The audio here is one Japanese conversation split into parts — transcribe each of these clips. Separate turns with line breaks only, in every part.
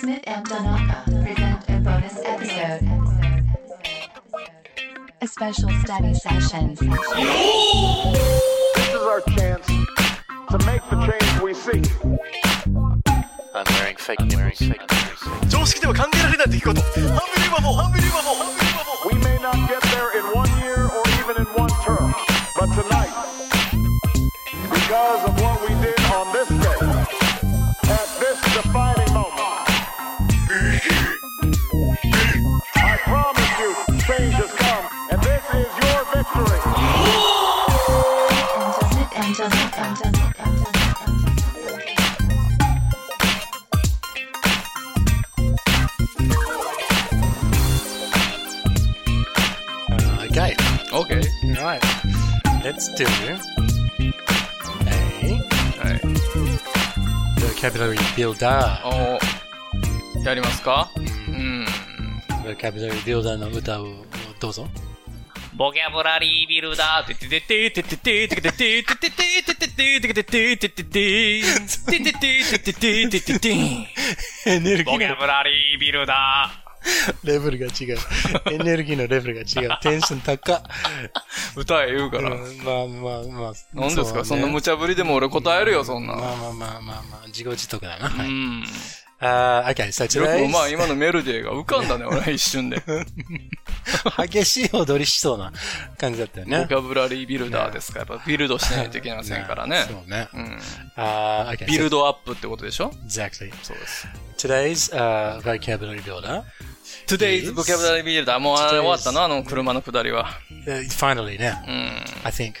Smith and Donaka present a bonus episode. A special study session.
This is our chance to make the change we seek.
I'm wearing fake nipples. I'm
常識では考えられない出来事ハンビリーバボーハンビリーバボーハンビリーバボー
We may not get there in one year or even in one term, but tonight, because of what we did on this day, at this defining moment, I promise you, change has come, and this is your victory.
Smith and Donaka.
Okay. Okay. All right. Let's do a vocabulary builder.
おやりますかうん。
vocabulary builder の歌をどうぞ。
ボキャブラリービルダーててててててててててててててててててててててててててて
エネルギ
ボキ
ー
ャ
の
ブラリービルダ
レベルが違う。エネルギーのレベルが違う。テンション高っ。
ー。歌え言うか
うん
ら。
まあまあまあ。
何ですかそ
うん
な
ね
無茶ぶりでも俺答えるよ、そん
まあ
な。
まあまあまあまあ。自業自得だな。
う
はい
ん。
あー okay, so
よく
today
まあ今のメルディーが浮かんだね、俺一瞬で。ボ
激しい踊りしそうな感じだったよね
キ。ャブラリービルダーですから、やっぱビルドしないといけませんからね。
そうね。
うん。
あー okay,
ビ
so
ルドアップってことでしょ
Exactly.
そうです。
Today's uh, vocabulary builder.
Today's vocabulary builder。もうあれ終わったのあの車の下りは。
Uh, finally, now,
うん。
I think.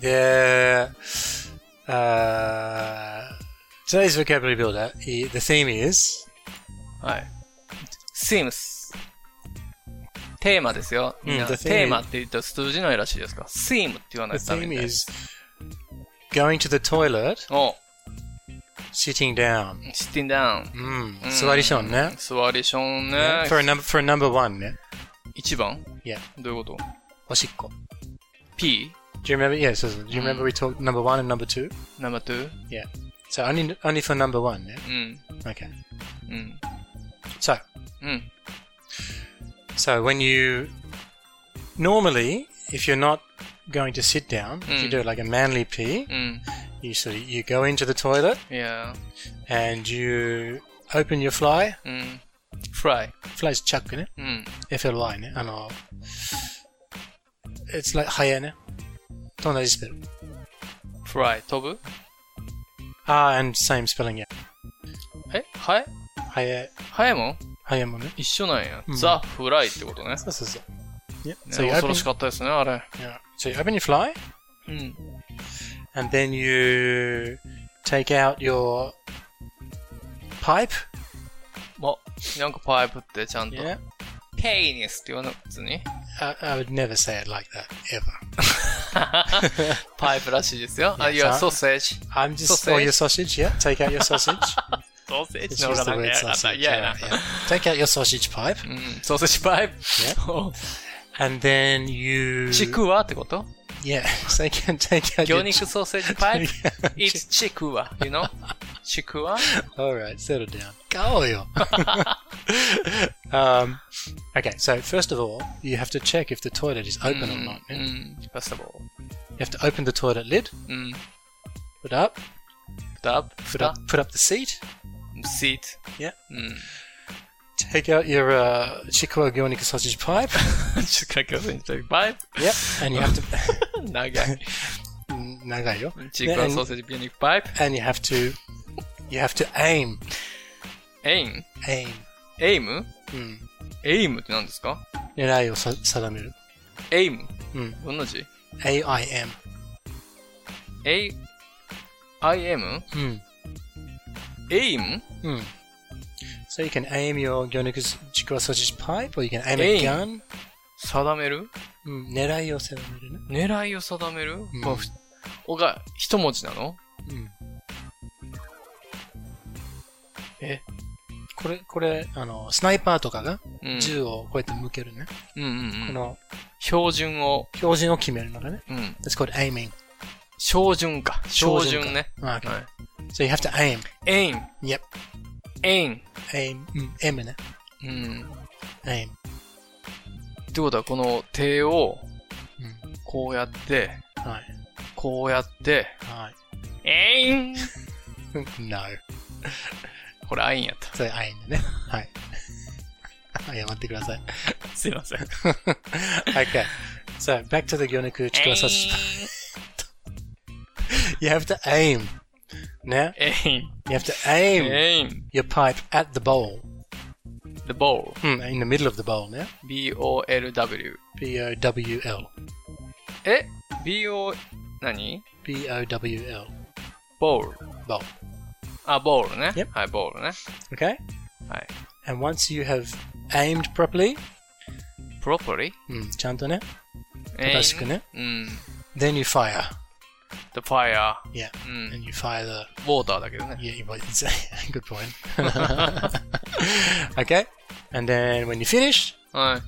The, uh, today's vocabulary builder, i- the theme is
はい。seems. テーマですよ。みんな
うん
テーマって言ったら数字の絵らしいですか ?seem って言わない
the
とダメ
theme
みたいです。
is going to the toilet,
お、
sitting down.
sitting down.
Mm.
うん
座りションね。
座りション
ね For a
ね。
number for a number one ね。
一番
Yeah.
どういうこと
おしっこ。
?P?
Do you remember? Yeah, so, do you remember we talked number one and number two?
number two?
Yeah. So only only for number one. Yeah?
うん。
Okay.
うん。
So
うん。
so when you normally, if you're not going to sit down, if you
Mm.
do like a manly pee,
うん。
you sort of, you go into the toilet
Yeah.
and you open your fly.
うん。fry.
Fly's chuck in it.
うん。
If you're lying, and I'll, it's like hyena. Don't know this spell.
fry. 飛ぶ
Ah, and same spelling. Yeah.
えハエ
Hyena.
ハエも
Hyena. yeah.
一緒なんや
う。ん
ザ・フライってことね。ね
So, so, so. Yeah. So you,
恐
open,
ろしかったですね、あれ。
yeah. so you open your fly.
うん。
and then you take out your pipe.
あ、なんかパイプってちゃんと。
Yeah.
ペイニスって言わなくつに。
I, I would never say it like that ever.
パイプらしいですよ。あ、いや、ソーセージ。
I'm just or your sausage. Yeah, take out your sausage.
ソーセー
Just
ジの
use
方
the
が
word
なんか嫌だった。
sausage.
嫌や
Yeah, yeah.
な。
Take out your sausage pipe,
うん、ソーセージパイプ。
Oh. and then you
チクワってこと
Yeah, so you can take out
魚
your.
肉ソーセージパイプ
Yeah.。
It's チクワ。You know? チクワ
All right, settle down. Go yo. um, okay, so first of all, you have to check if the toilet is
う
open or
ん
not.、
う
yeah?
ん。ファストボー
You have to open the toilet lid,
ル。うん。
put up,
ダブ、
Mm. put
フ
up, put
ラ、
up the seat.
シート。
Yeah.
うん。
Take out your uh, Chikua Gyornica sausage pipe.
チクワソーセージパイ
yep. And you have to.
プ。 長い。
Nagayo.
チクワソーセージ魚肉パイプ。
And you have to. You have to aim.
エイム
Aim.
エイム
Mm.
エイムって何ですか
Nerai o sadameru.
エイム。
うん
どんな字
A I M.
A I M
Mm.
aim
Mm. So you can aim your Gyornica Chikua sausage pipe, or you can aim a
Aim.
gun.
定める
Mm. Nerai o sadameru.
狙いを定める、
ん
こうふおが一文字なの
Mm.
え、
これ、これ、あの、スナイパーとかが
うん、
銃をこうやって向けるね。
うんうん
こ
うん、
の、
標準を、
標準を決めるのがね。
うん、
That's called aiming.
標準か。標準ね。
Ah, okay.
はい。
So you have to aim.
エイン、
Yep.
エイン。
Aim. Mm, aim in it.
うん。っ
Aim.
てことは、この手を
うん、
こうやって、
Right.
こうやって、
Right.
エイン
No.
これアインやった。
So aim in it. Hi. 謝ってください。
すいません。
okay. So back to the Gyoniku
エ
Chikosas. You have to aim. Now
イン。
you have to aim
エイン。
your pipe at the bowl.
The bowl.
Hmm, in the middle of the bowl now.
B-O-L-W.
B O W L.
え ?B-O, 何
B O W L.
?bowl.
Bowl.
あ、ボールね。
Yep.
はい、ボールね。
Okay?
はい。
And once you have aimed properly, hmm,
properly.
うんちゃんとね、
エイ
正
ン
しくね。
うん。
then you fire.
the fire.
Yeah.
うん。
And you fire the.
ウォーターだけどね。
Yeah, you- well, it's good point. okay? And then when you finish,
は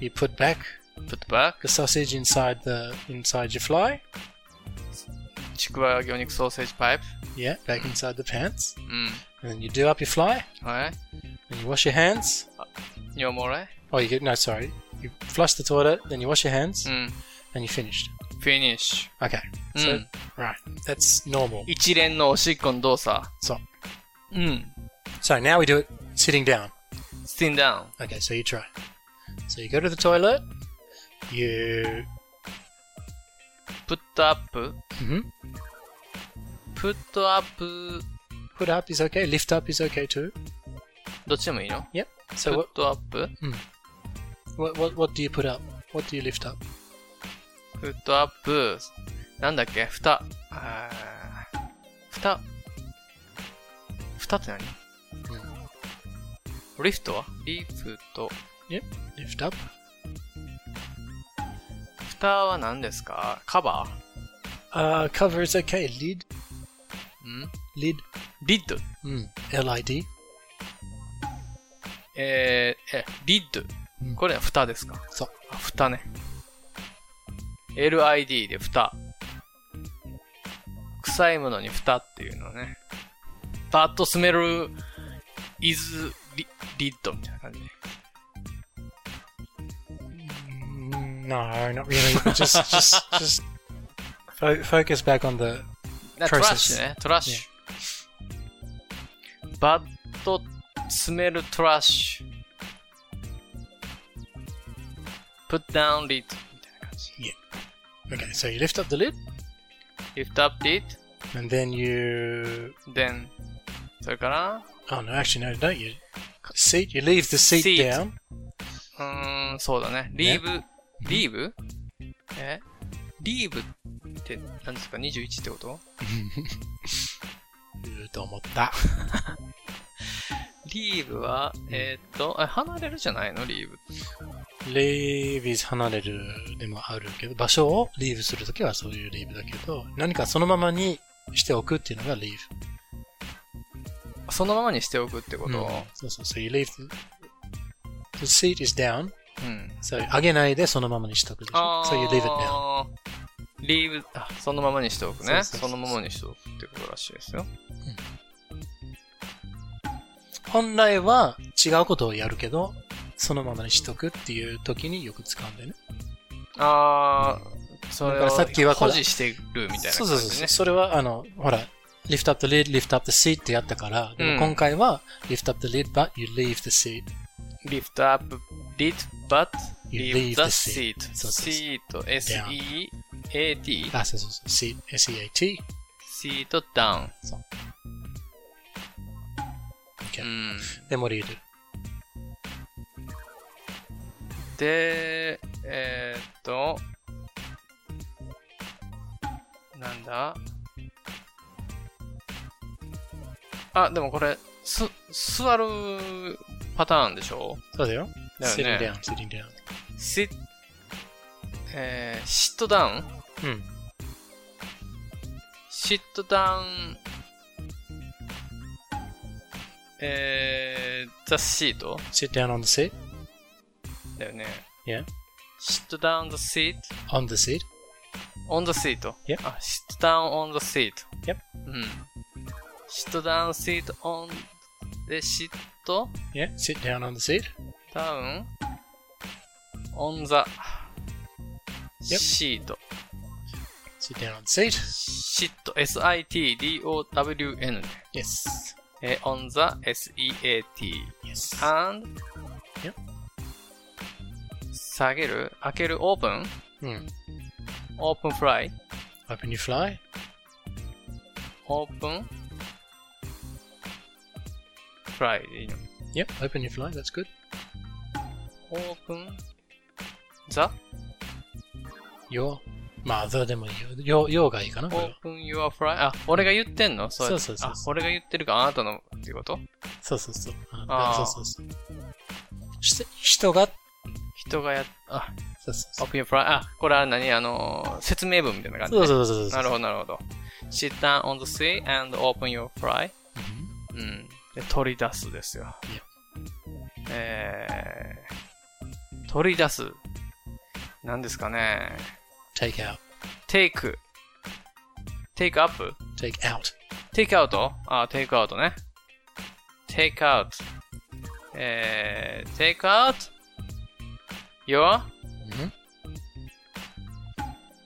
い。
you put back
put back.
the sausage inside the inside your fly.
ちくわ魚肉ソーセージパイプ。
Yeah, back inside the pants.
う
And then you do up your fly
ん。はい。
and you wash your hands.
尿漏れ
Oh, you get no, sorry. You flush the toilet, then you wash your hands,
うん。
and you finished.
finish.
Okay.
う
So
ん。
right, that's normal.
一連のおしっこの動作。
So
うん。
so now we do it sitting down.
sitting down.
Okay, so you try. So you go to the toilet. You
put up.
Mhm.
put up.
put up is okay. Lift up is okay too.
どっちでもいいの
Yep. So what
put up?
what what, what do you put up? What do you lift up?
フットアップ、なんだっけ蓋。あー蓋。蓋って何、リフトはリフト。
Yep. Lift up.
蓋は何ですかカバ
Uh, cover is okay. Lid.
ーん
Lid.
リッド。
Mm. L I D.
えー、え、リッド
うん。
これは蓋ですか
そう。
あ蓋ね。LID で蓋。臭いものに蓋っていうのね。バッとスメル、イズ、リ、リッドみたいな感じね。
Mm, No, not really. just just just fo- focus back on the
なトラッシ
Process.
ュね、トラッシュ。バッドスメルトラッシュ。put down lid みたいな感じ。
Okay, so you lift up the lid,
lift up lid,
and then you.
then それから、
Oh no, actually no, don't you? Seat. You leave the seat,
Seat.
down.
うーん、そうだね。leave, leave? え leave って何ですか ?21 ってこと
うーと思った。
leave は、えーっと、あ離れるじゃないの leave。
leave is 離れるでもあるけど、場所をリーブするときはそういうリーブだけど、何かそのままにしておくっていうのがリーブ。
そのままにしておくってこ
うん
と、
そうそう、so you leave the, the seat is down,
うん、
so 上げないでそのままにしておくでしょ。so you leave it down.
リーブ、あ、そのままにしておくね。
そう
そ
そうそうそう
のままにしておくってことらしいですよ。
本来は違うことをやるけど、そのままにしとくっていう時によく使うんだよね。
あー、それ
だ
を
からさっきはこ
保
れ
持してるみたいな感じ、ね。
そうそうそう。それは、あの、ほら、lift up the lid, lift up the seat ってやったから、で
う
も
ん
今回は、lift up the lid, but you leave the seat.
lift up, lid, but,
You leave
leave
the
the seat.
seat. そうそうそう
seat, s-e-a-t,
あ、そうそうそう。seat, S-E-A-T.
seat down.
そう
う
Okay.
ん。
で、what do you do?
で、えー、っと、なんだあ、でもこれ、す、座るパターンでしょ
そうだよ。
だよ
sitting
ね
down, sitting down.
シえー、シットダウン
うん。
シットダウン、えー、ザシート
sit down on the seat,
だよね。
Yeah.
シットダウンザシート
on the seat.
on the seat.
Yep.
あ、sit down on the seat.
Yep.
うん。うん。Sit down, sit on the sit
Yeah, sit down on the seat.
down on the
Yep.
seat.
Sit down on the seat.
sit, s-i-t-d-o-w-n,
Yes.
えー on the s-e-a-t
Yes.
Uh. and
Yep.
下げる開ける open
Hmm.
open fly
Open your fly.
open fly でいいの
Yep, open your fly. That's good.
open the
Your mother でもいいよ。your, your がいいかなこれは
open your fly あ俺が言ってんのそうやって
そうそうそうそ
あ俺が言ってるかあなたのってこと
そうそうそう。あ
あ
そ
ー
うそうそう。して人が、
人がやっあ
そうそうそう。
open your fly あこれは何あのー説明文みたいな感じね
そうそうそうそう。
なるほど、なるほど。sit down on the sea and open your fly. うん。で、取り出すですよ。えー、取り出す。何ですかね。
take out,
take, take up,
take out.
take out? あ、take out ね。take out. えー、take out your
うん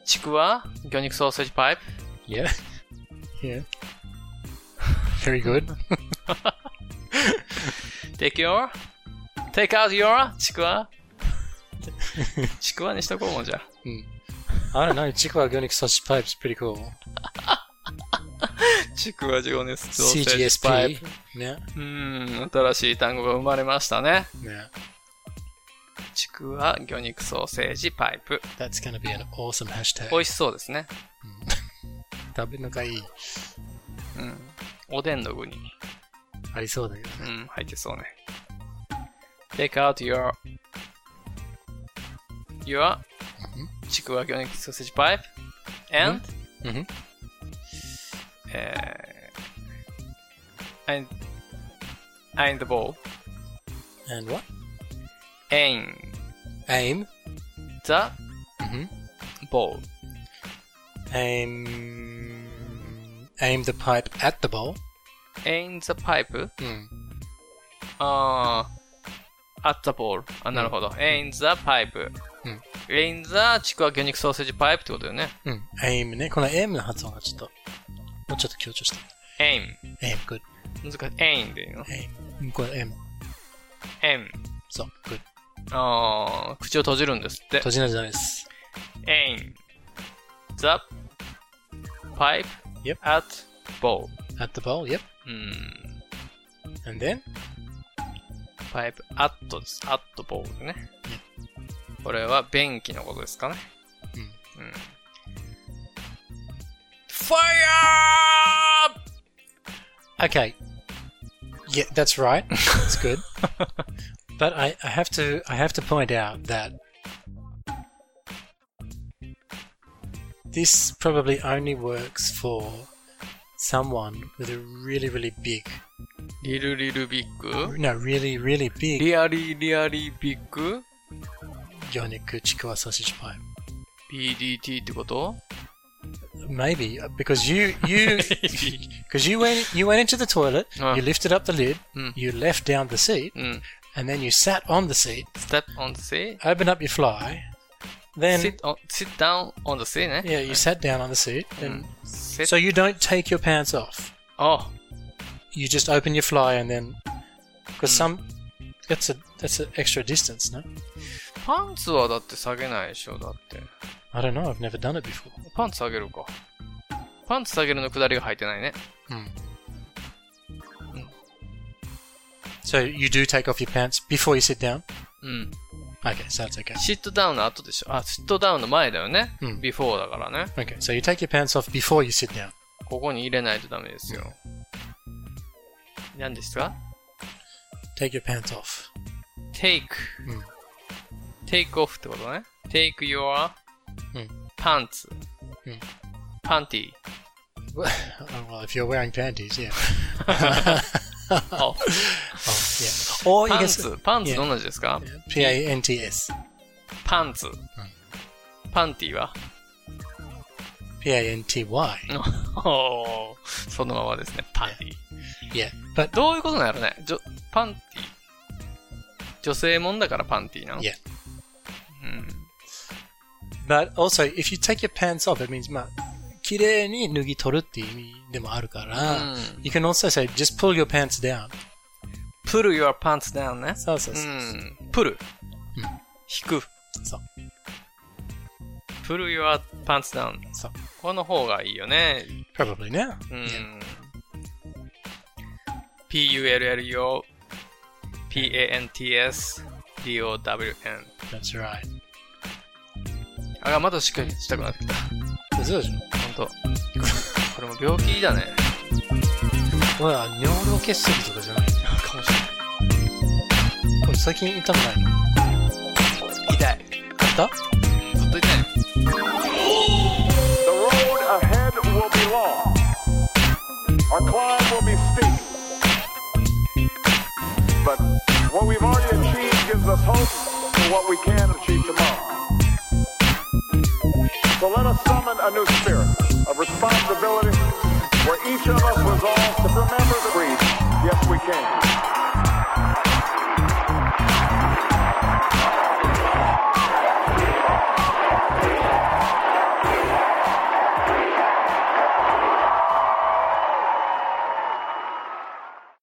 ちくわ魚肉ソーセージパイプ
Yeah. Yeah. Very good.
Take your Take out your ちく わちくわにしとこうもんじゃ。
I don't know. Chikwa Gonic Sausage Pipe's pretty cool.
ちくわ情熱ソーセージパイ
CGSP.
プ。
Yeah.
うーん、新しい単語が生まれましたね。
Yeah.
ちくわ、魚肉ソーセージ、パイプ。
That's going to be an awesome hashtag. E.
美味しそうですね。
食べるのがいい。
うん。おでんの具に、
ありそうだけど
う
ね。
ん、入ってそうね。Take out your your ちくわ、魚肉ソーセージ、パイプ and
うん。
えー、and and the ball
And what?
and
Aim.
the
うん。
ball
Aim. Aim the pipe at the bowl.
and the pipe
うん。
あー at the ball あなるほど、and the pipe
うん
in the ちくわ魚肉ソーセージパイプってことよね
うん。aim Hmm. ね。この aim の発音がちょっと、もうちょっと強調して。
aim
aim, good.
難しい aim でいいの
aim. うんこれ aim.
aim
そう、good.
あー口を閉じるんですって
閉じないじゃないです。
aim the pipe
Yep.
at ball
at the bowl, yep.
うん
And then?
パイプ、アットです。アットボールね。これは便器のことですかね。うん。ファイヤ
Okay. Yeah, that's right. That's good. but I, I have to I have to point out that this probably only works for someone with a really really big
ーリルリルビッグ
no really really big
リアリリアリビッグ
yoniku chikuwa sausage pie.
?BDT ってこと
Maybe uh, because you you because you went you went into the toilet,
Ah.
you lifted up the lid,
Mm.
you left down the seat,
うん。
and then you sat on the seat,
step on the sea,
open up your fly, then
sit, on, sit down on the sea ね。
yeah, you sat down on the seat,
う
and
ん。sit,
so you don't take your pants off.
oh,
You just open your fly and then because some that's a that's an extra distance, no?
パンツはだって下げないでしょ、だって。
I don't know. I've never done it before.
パンツ下げるか。パンツ下げるのくだりが入ってないね。
Hmm. So you do take off your pants before you sit down.
うん。
Okay, so that's okay.
シットダウンの後でしょ。あ、シットダウンの前だよね。
うん
before だからね。
Okay, so you take your pants off before you sit down.
ここに入れないとダメですよ。何ですか
Take your pants off.
?take、
うん
take off ってことね。take your
うん
pants、
うん
panty
Oh, well, if you're wearing panties, yeah.
off。
Oh, yeah. Or you
パ
can
ン
s-
ツ、パンツ
yeah.
どんな字ですか
P A N T S.
パンツ。パンティは
P-I-N-T-Y.
Hmm. おー そのままですね。パンティ。
Yeah. But
どういうことなんやろねじょパンティ。女性もんだからパンティなの
Yeah.
うん。
but also if you take your pants off, it means まあ綺麗に脱ぎ取るっていう意味でもあるから、
うん
you can also say just pull your pants down.
pull your pants down ね。
そうそう
う
そう。
ん。pull。引く。
そう。
pull your pants down。
そう。
この方がいいよね。
probably ね。
うん。pull your pants don。
That's right.
あ、またしっかりしたくなってきた。
そうでしょ。
ほんと。これも病気だね。
ほら、尿路結石とかじゃないかもしれない。これ最近痛くないのあ
痛い。
った
ずっと痛い。
The road ahead will be long. Our climb will be steep. But what we've already achieved gives us hope for what we can achieve tomorrow. So let us summon a new spirit of responsibility where each of us resolves to remember